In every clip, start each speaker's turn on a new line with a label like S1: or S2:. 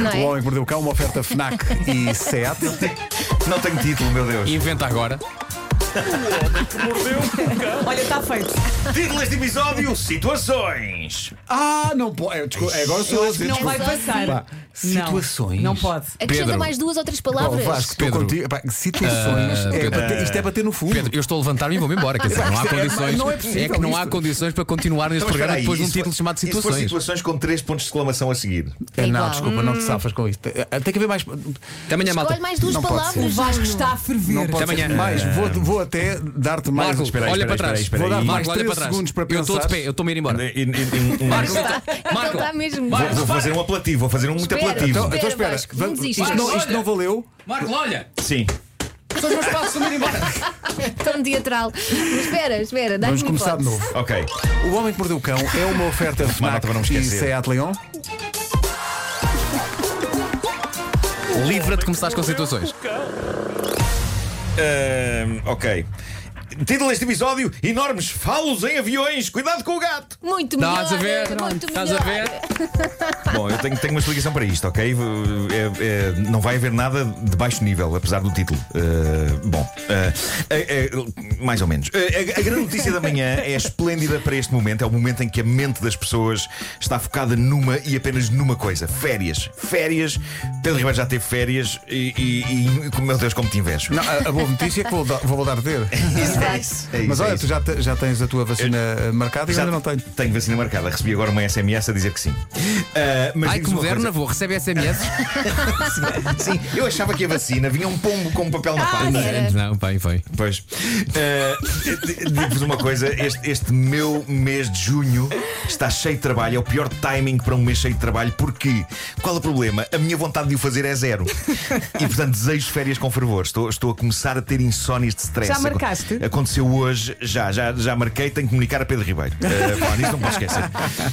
S1: não é?
S2: O Homem que Mordeu o Cão, uma oferta FNAC e SEAT.
S3: Não tenho título, meu Deus.
S4: Inventa agora.
S5: Olha, está feito.
S3: Título deste episódio: Situações. Então,
S2: Ah, não pode. é, Desculpa, é, agora sou eu. a dizer,
S5: Não
S2: desculpa.
S5: vai passar.
S2: Pá, situações.
S5: Não, não pode.
S1: Acrescenta
S4: Pedro.
S1: mais duas ou três
S2: Pá,
S1: palavras.
S2: Vasco, estou
S4: Pedro.
S2: contigo. Pá, situações.
S4: Ah,
S2: é
S4: Pedro.
S2: bater- isto é bater no fundo.
S4: Pedro, eu estou a levantar-me e vou-me embora. Quer dizer, não há
S2: Isto é-
S4: condições.
S2: não é possível
S4: que não há
S2: isto.
S4: condições para continuar neste
S3: Então, mas espera
S4: programa
S3: aí,
S4: depois de um
S3: isso
S4: título
S3: foi-
S4: chamado
S3: isso foi
S4: Situações.
S3: situações com três pontos de exclamação a seguir.
S2: É, não,
S1: igual.
S2: desculpa, não te safas com isto. É, Tem que haver mais.
S4: Até amanhã, malta.
S1: Escolhe é mais duas
S2: Não pode
S1: palavras.
S2: ser.
S5: O Vasco
S1: Nuno.
S5: está a ferver.
S4: pode. Até
S2: ser
S4: amanhã.
S2: mais. Vou, vou até dar-te mais.
S4: Ah.
S2: um.
S4: Marco,
S2: Espera aí,
S4: olha
S2: espera
S4: para
S2: aí,
S4: trás.
S2: espera aí. Vou dar mais
S4: Marco, olha
S2: três
S4: para trás.
S2: segundos para
S4: Eu estou de
S2: pensares.
S4: pé, eu estou-me a ir embora.
S3: E- e- e- um-
S4: Marco,
S1: Ele
S4: Marco,
S1: está mesmo.
S3: vou, vou fazer um apelativo, vou fazer um muito
S1: Espera.
S3: apelativo.
S2: Então,
S1: Espera,
S2: então espera.
S1: Vasco, não
S2: Vamos-
S1: desistas.
S2: isto, não,
S4: Vasco,
S2: isto não
S4: olha.
S2: valeu. Então
S4: Marco, olha.
S3: Sim.
S4: Os meus passos, me ir embora.
S1: Tão teatral. Mas espera, espera. dá-me
S2: Vamos
S1: uma
S2: começar de
S1: hipótese.
S2: novo.
S3: Ok.
S2: O Homem que Mordeu o Cão é uma oferta FNAC
S3: nota para não me
S2: e
S3: esquecer.
S2: SEAT Leon.
S4: Livra-te de começares com situações.
S3: Ahm, ok. Título deste episódio: Enormes falos em aviões. Cuidado com o gato.
S1: Muito melhor.
S4: Estás a ver?
S1: Muito
S4: Estás a
S1: melhor.
S4: ver?
S3: Bom, eu tenho, tenho uma explicação para isto, ok? É- é- não vai haver nada de baixo nível, apesar do título. Uh, bom, uh, é- é- mais ou menos. Uh, a, a grande notícia da manhã é esplêndida para este momento. É o momento em que a mente das pessoas está focada numa e apenas numa coisa: férias. Férias. Pedro Ribeiro já teve férias e, e, e meu Deus, como te invejo.
S2: Não, a, a boa notícia é que vou, dar- vou voltar a ter.
S3: É isso, é isso,
S2: Mas
S3: é
S2: olha,
S3: isso.
S2: tu já, te- já tens a tua vacina eh, marcada e eu ainda não tenho.
S3: Tenho vacina marcada. Recebi agora uma SMS a dizer que sim. Ah, mas
S4: Ai,
S3: digo-vos
S4: que
S3: uma
S4: moderna,
S3: coisa.
S4: vou. Recebe SMS.
S3: Sim, eu achava que a vacina vinha um pombo com um papel na
S1: Ah,
S3: parte.
S1: era.
S4: Não, bem, foi.
S3: Pois. Ah, d- Digo-vos uma coisa: este, este meu mês de junho está cheio de trabalho. É o pior timing para um mês cheio de trabalho, porque qual é o problema? A minha vontade de o fazer é zero. E portanto, desejo férias com fervor. Estou, estou a começar a ter insónias de stress.
S5: Já marcaste?
S3: Aconteceu hoje, já, já, já marquei, tenho que comunicar a Pedro Ribeiro. Ah, pá, nisso não posso esquecer.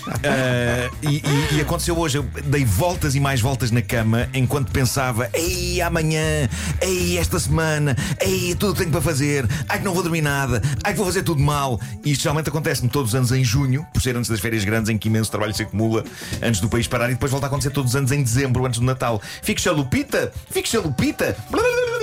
S3: Ah, e, e- e aconteceu hoje, eu dei voltas e mais voltas na cama enquanto pensava: ei, amanhã, ei, esta semana, ei, tudo o que tenho para fazer, ai que não vou dormir nada, ai que vou fazer tudo mal. E isto geralmente acontece-me todos os anos em junho, por ser antes das férias grandes, em que imenso trabalho se acumula antes do país parar e depois volta a acontecer todos os anos em dezembro, antes do Natal. Fico chalupita, fico chalupita.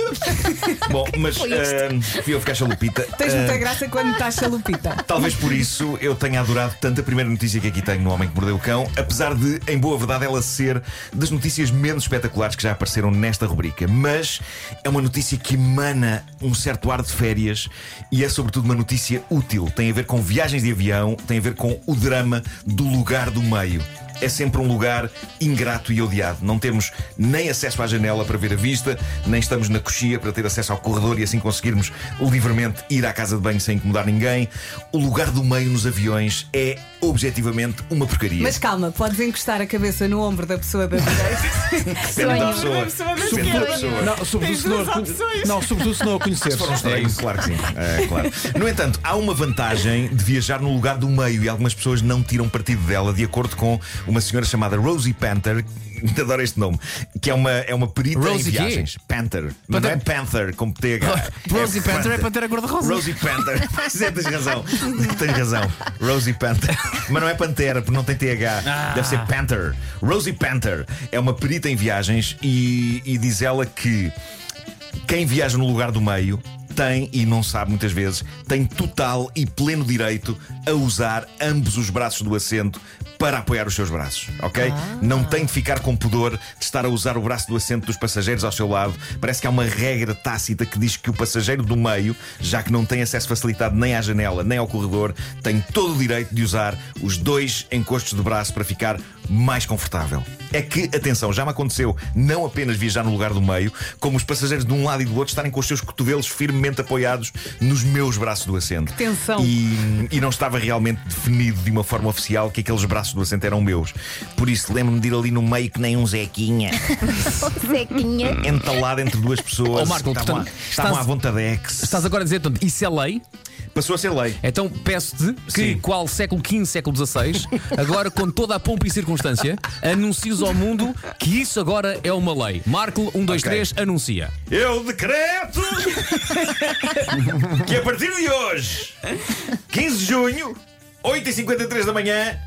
S3: Bom, mas
S1: Foi isto?
S3: ah, fui eu ficar chalupita.
S5: Tens
S3: Ah,
S5: muita graça quando estás chalupita.
S3: Talvez por isso eu tenha adorado tanto a primeira notícia que aqui tenho no Homem que Mordeu o Cão, apesar de, em boa verdade, ela ser das notícias menos espetaculares que já apareceram nesta rubrica. Mas é uma notícia que emana um certo ar de férias e é, sobretudo, uma notícia útil. Tem a ver com viagens de avião, tem a ver com o drama do lugar do meio é sempre um lugar ingrato e odiado. Não temos nem acesso à janela para ver a vista, nem estamos na coxia para ter acesso ao corredor e assim conseguirmos livremente ir à casa de banho sem incomodar ninguém. O lugar do meio nos aviões é objetivamente uma porcaria.
S5: Mas calma, podes encostar a cabeça no ombro da pessoa da direita.
S3: Depende da
S1: sonho.
S3: pessoa. Depende da pessoa.
S2: Não, sobretudo se não, a con- não, sobretudo se não a conheceres.
S3: Foram
S4: um
S3: estranhos, claro que sim. É, claro. No entanto, há uma vantagem de viajar no lugar do meio e algumas pessoas não tiram partido dela, de acordo com uma senhora chamada Rosie Panther. Adoro este nome, que é uma, é uma perita
S4: Rosie
S3: em
S4: quê?
S3: viagens. Panther. Mas não é Panther, como TH.
S4: Rosie Panther é pantera cor-de-rosa.
S3: Rosie Panther. Pois é, tens razão. Tens razão. Rosie Panther. Mas não é Pantera, porque não tem TH.
S4: Ah.
S3: Deve ser Panther. Rosie Panther é uma perita em viagens e, e diz ela que quem viaja no lugar do meio tem, e não sabe muitas vezes, tem total e pleno direito a usar ambos os braços do assento para apoiar os seus braços, ok? Não tem de ficar com pudor de estar a usar o braço do assento dos passageiros ao seu lado. Parece que há uma regra tácita que diz que o passageiro do meio, já que não tem acesso facilitado nem à janela nem ao corredor, tem todo o direito de usar os dois encostos do braço para ficar mais confortável. É que, atenção, já me aconteceu não apenas viajar no lugar do meio, como os passageiros de um lado e do outro estarem com os seus cotovelos firmemente apoiados nos meus braços do assento.
S5: tensão.
S3: E, e não estava realmente definido de uma forma oficial que aqueles braços do assento eram meus. Por isso, lembro-me de ir ali no meio que nem um Zequinha,
S1: Sequinha.
S3: entalado entre duas pessoas.
S4: Ó, Marco,
S3: estavam,
S4: portanto,
S3: à, estavam
S4: estás-
S3: à vontadex.
S4: Estás agora a dizer, portanto, isso é lei.
S3: Passou a ser lei.
S4: Então peço-te que,
S3: Sim.
S4: qual século XV, século XVI, agora com toda a pompa e circunstância, anuncies ao mundo que isso agora é uma lei. Marco 1, 2,
S3: Ok.
S4: 3, anuncia.
S3: Eu decreto que a partir de hoje, 15 de junho, 8h53 da manhã,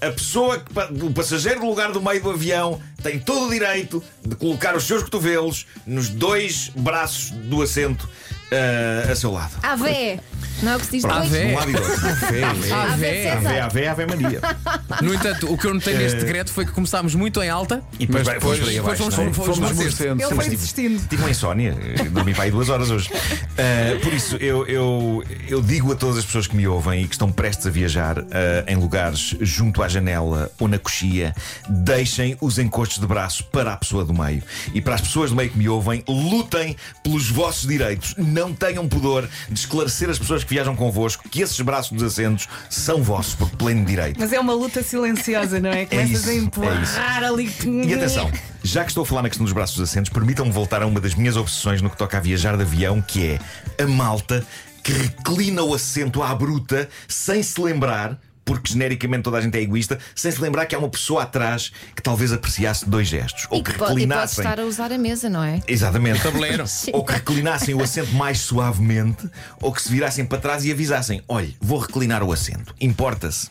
S3: a pessoa, que pa- o passageiro do lugar do meio do avião tem todo o direito de colocar os seus cotovelos nos dois braços do assento ah, a seu lado.
S1: À vé. Não é o que se diz
S4: À
S1: muito?
S4: vé.
S3: Um lado e do outro.
S4: À
S1: À
S4: vé.
S1: vé,
S3: Ave,
S1: César.
S3: ave, ave Maria.
S4: No entanto, o que eu notei neste
S3: Eh,
S4: decreto foi que começámos muito em alta.
S3: E depois, vai- fomos para aí
S4: depois
S3: abaixo.
S4: fomos,
S3: não é?
S4: fomos, fomos,
S2: Fomos
S4: descer.
S2: descendo.
S5: Ele
S2: sim.
S5: foi desistindo.
S3: Tive uma insónia, eh, dormi para aí duas horas hoje. Ah, por isso, eu, eu, eu digo a todas as pessoas que me ouvem e que estão prestes a viajar ah, em lugares junto à janela ou na coxia, deixem os encostos de braço para a pessoa do meio. E para as pessoas do meio que me ouvem, lutem pelos vossos direitos. Não tenham pudor de esclarecer as pessoas que viajam convosco que esses braços dos assentos são vossos por pleno direito.
S5: Mas é uma luta silenciosa, não é? Começas
S3: isso,
S5: a
S3: é
S5: empurrar ali.
S3: E
S1: Uhum.
S3: atenção, já que estou a falar na questão dos braços assentos, permitam-me voltar a uma das minhas obsessões no que toca a viajar de avião, que é a malta que reclina o assento à bruta sem se lembrar. Porque genericamente toda a gente é egoísta, sem se lembrar que há uma pessoa atrás que talvez apreciasse dois gestos. Ou
S1: E
S3: que
S1: que pode, e pode
S3: reclinassem.
S1: estar a usar a mesa, não é?
S3: Exatamente.
S4: Tabuleiro.
S3: Ou que reclinassem o assento mais suavemente, ou que se virassem para trás e avisassem: olhe, vou reclinar o assento. Importa-se.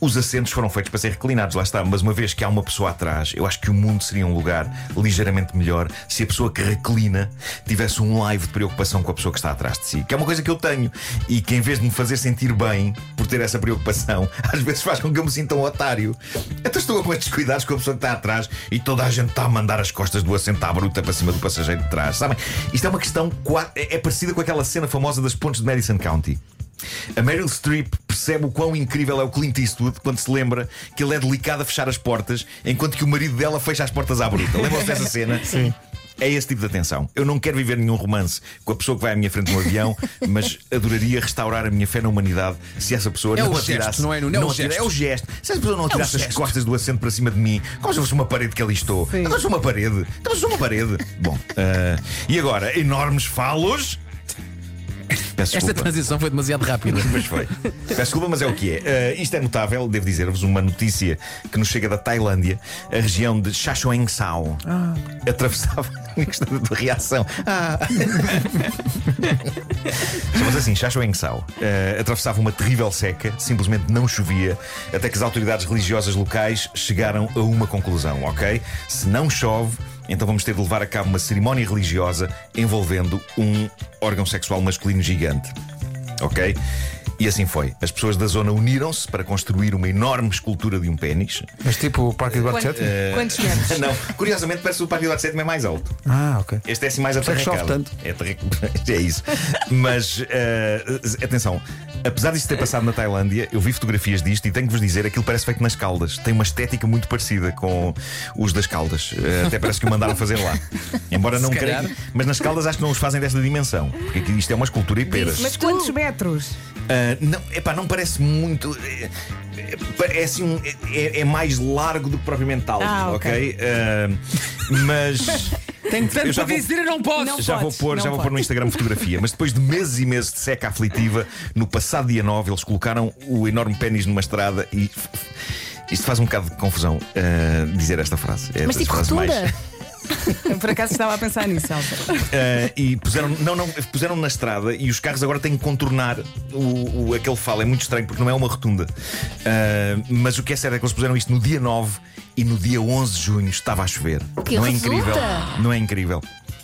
S3: Os assentos foram feitos para ser reclinados, lá está. Mas uma vez que há uma pessoa atrás, eu acho que o mundo seria um lugar ligeiramente melhor se a pessoa que reclina tivesse um live de preocupação com a pessoa que está atrás de si. Que é uma coisa que eu tenho e que em vez de me fazer sentir bem por ter essa preocupação, às vezes faz com que eu me sinta um otário. Então estou a cometer descuidados com a pessoa que está atrás e toda a gente está a mandar as costas do assento à bruta para cima do passageiro de trás. Sabem? Isto é uma questão qua- é é parecida com aquela cena famosa das pontes de Madison County. A Meryl Streep percebe o quão incrível é o Clint Eastwood quando se lembra que ele é delicado a fechar as portas enquanto que o marido dela fecha as portas à bruta. Lembram-se dessa cena? Sim. É esse tipo de atenção. Eu não quero viver nenhum romance com a pessoa que vai à minha frente no avião, mas adoraria restaurar a minha fé na humanidade se essa pessoa
S4: É
S3: não
S4: o
S3: atirasse.
S4: gesto, não é, Nuno? É o
S3: atira-
S4: gesto.
S3: o gesto. Se essa pessoa não atirasse as
S4: gesto.
S3: costas do assento para cima de mim, como se fosse uma parede que ali estou.
S5: Sim.
S3: Como se fosse uma parede. Como se fosse uma parede. Bom, ah, e agora, enormes falos. Peço
S4: Esta
S3: desculpa.
S4: transição foi demasiado rápida.
S3: Mas foi. Peço desculpa, mas é o que é. Ah, isto é notável, devo dizer-vos, uma notícia que nos chega da Tailândia, a região de Chachoengsao. Atravessava. Gostei da tua reação. Ah. Chamamos assim, Chachoengsao. Ah, atravessava uma terrível seca, simplesmente não chovia, até que as autoridades religiosas locais chegaram a uma conclusão, ok? Se não chove. Então vamos ter de levar a cabo uma cerimónia religiosa envolvendo um órgão sexual masculino gigante ok? E assim foi. As pessoas da zona uniram-se para construir uma enorme escultura de um pênis.
S2: Mas tipo o Parque de
S5: Quantos,
S2: Barchete?
S5: quantos metros?
S3: Não, curiosamente parece que o Partido Sétimo é mais alto.
S2: Ah, ok.
S3: Este é assim mais
S2: Por isso é que
S3: atarracado.
S2: chove tanto.
S3: É, atarrac- é isso. Mas eh, atenção, apesar disto ter passado na Tailândia, eu vi fotografias disto e tenho que vos dizer, aquilo parece feito nas caldas. Tem uma estética muito parecida com os das caldas. Eh, até parece que o mandaram fazer lá. Embora não
S4: Se
S3: creia.
S4: calhar.
S3: Mas nas caldas acho que não os fazem desta dimensão. Porque aqui isto é uma escultura e peras.
S5: Mas quantos metros?
S3: Ah, não, epá, não parece muito. É, é, é assim um- é, é mais largo do que propriamente alto,
S5: Ah,
S3: ok?
S5: ok.
S3: Ah, mas.
S4: Tenho
S3: Eu
S4: tanto
S3: já
S4: para
S3: vou-
S4: dizer e não posso.
S5: Não.
S3: Já vou
S5: podes,
S3: pôr,
S5: não
S3: já vou pôr no
S5: podes.
S3: Instagram fotografia, mas depois de meses e meses de seca aflitiva, no passado dia 9 eles colocaram o enorme pênis numa estrada e f- f- isto faz um bocado de confusão ah, dizer esta frase. É
S1: Mas
S3: das
S1: tipo
S3: frases mais-
S1: rotunda.
S5: Eu, Por acaso estava a pensar nisso, Elsa.
S3: Ah, e puseram, não, não, puseram na estrada e os carros agora têm que contornar o, o- aquele falo. É muito estranho porque não é uma rotunda. Ah, mas o que é certo é que eles puseram isto no dia 9 e no dia 11 de junho estava a chover.
S1: Que
S3: não
S1: resulta!
S3: é incrível? Não é incrível.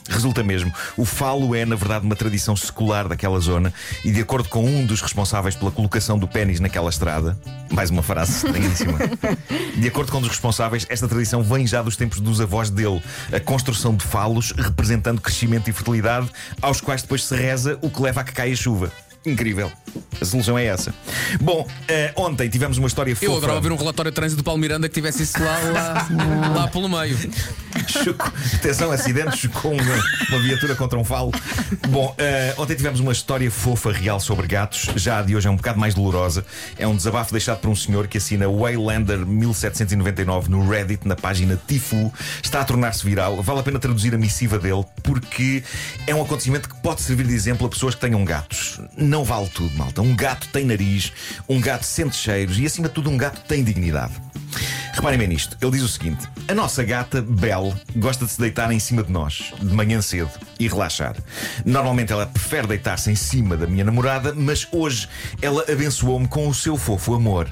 S3: Resulta mesmo. O falo é, na verdade, uma tradição secular daquela zona e, de acordo com um dos responsáveis pela colocação do pênis naquela estrada, mais uma frase estranhíssima. de acordo com um dos responsáveis, esta tradição vem já dos tempos dos avós dele. A construção de falos representando crescimento e fertilidade, aos quais depois se reza, o que leva a que caia chuva. Incrível. A solução é essa. Bom, eh, ontem tivemos uma história fofa.
S4: Eu adorava ver um relatório de trânsito do Paulo Miranda que tivesse isso lá, lá, lá pelo meio.
S3: Chocou- Atenção, acidente, chocou uma, uma viatura contra um falo. Bom, eh, ontem tivemos uma história fofa real sobre gatos. Já a de hoje é um bocado mais dolorosa. É um desabafo deixado por um senhor que assina Waylander 1799 no Reddit, na página Tifu. Está a tornar-se viral. Vale a pena traduzir a missiva dele, porque é um acontecimento que pode servir de exemplo a pessoas que tenham gatos. Não vale tudo, malta. Um gato tem nariz, um gato sente cheiros e, acima de tudo, um gato tem dignidade. Reparem bem nisto. Ele diz o seguinte: A nossa gata, Belle, gosta de se deitar em cima de nós, de manhã cedo, e relaxar. Normalmente ela prefere deitar-se em cima da minha namorada, mas hoje ela abençoou-me com o seu fofo amor.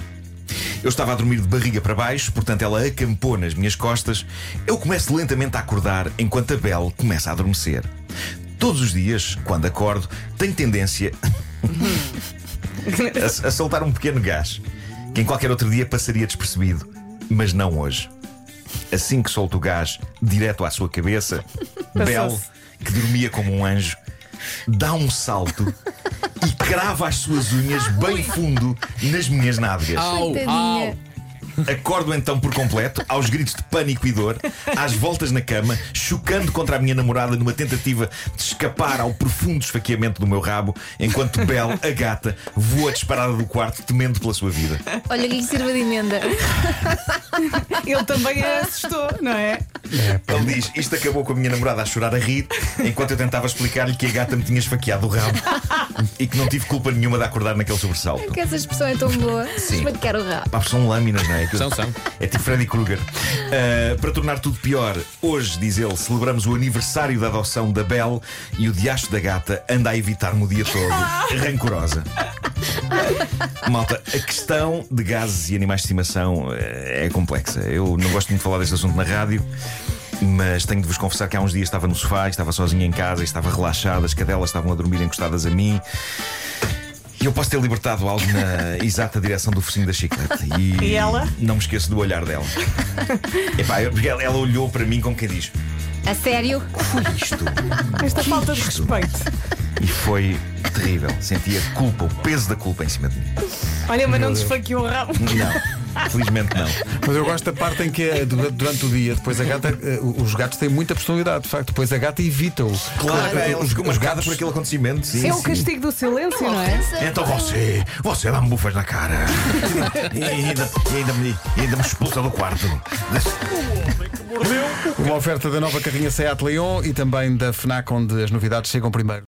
S3: Eu estava a dormir de barriga para baixo, portanto ela acampou nas minhas costas. Eu começo lentamente a acordar enquanto a Belle começa a adormecer. Todos os dias, quando acordo, tenho tendência a, a soltar um pequeno gás que em qualquer outro dia passaria despercebido, mas não hoje. Assim que solto o gás direto à sua cabeça, Belle, que dormia como um anjo, dá um salto e crava as suas unhas bem fundo nas minhas nádegas.
S4: Au, au.
S1: Coitadinha.
S3: Acordo então por completo, aos gritos de pânico e dor, às voltas na cama, chocando contra a minha namorada numa tentativa de escapar ao profundo esfaqueamento do meu rabo, enquanto Belle, a gata, voa disparada do quarto, temendo pela sua vida.
S1: Olha, que lhe sirva de emenda.
S5: Ele também a assustou, não é?
S3: Ele diz: Isto acabou com a minha namorada a chorar a rir, enquanto eu tentava explicar-lhe que a gata me tinha esfaqueado o rabo e que não tive culpa nenhuma de acordar naquele sobressalto.
S1: Que essa expressão é tão boa.
S3: Sim.
S1: Esmaquear o rabo.
S3: Pá, são lâminas, não é? Aquilo-
S4: São, são.
S3: É tipo Freddy Krueger. Ah, para tornar tudo pior, hoje, diz ele, celebramos o aniversário da adoção da Belle e o diacho da gata anda a evitar-me o dia todo, rancorosa. Malta, a questão de gases e animais de estimação eh, é complexa. Eu não gosto muito de falar deste assunto na rádio. Mas tenho de vos confessar que há uns dias estava no sofá, estava sozinho em casa, estava relaxado, as cadelas estavam a dormir encostadas a mim. E eu posso ter libertado algo na exata direção do focinho da chiclete. E,
S5: E ela?
S3: Não me esqueço do olhar dela. Epá, eu- porque ela, ela olhou para mim como quem diz:
S1: A sério?
S3: Foi isto.
S5: Esta falta de respeito.
S3: E foi terrível. Senti a culpa, o peso da culpa em cima de mim.
S5: Olha, mas não desfaqueou o rabo.
S3: Não, felizmente não.
S2: Mas eu gosto da parte em que eh, dura- durante o dia, depois a gata, eh, os gatos têm muita personalidade, de facto. Depois a gata evita-o.
S3: Claro, é,
S2: Porque
S3: ela ficou marcada por aquele acontecimento. Sim,
S5: É o
S3: sim.
S5: castigo do silêncio, não é?
S3: Então você, você dá-me bufas na cara. e ainda, e ainda, me, e ainda me expulsa do quarto.
S2: Uma oferta da nova carrinha Seat Leon e também da FNAC, onde as novidades chegam primeiro.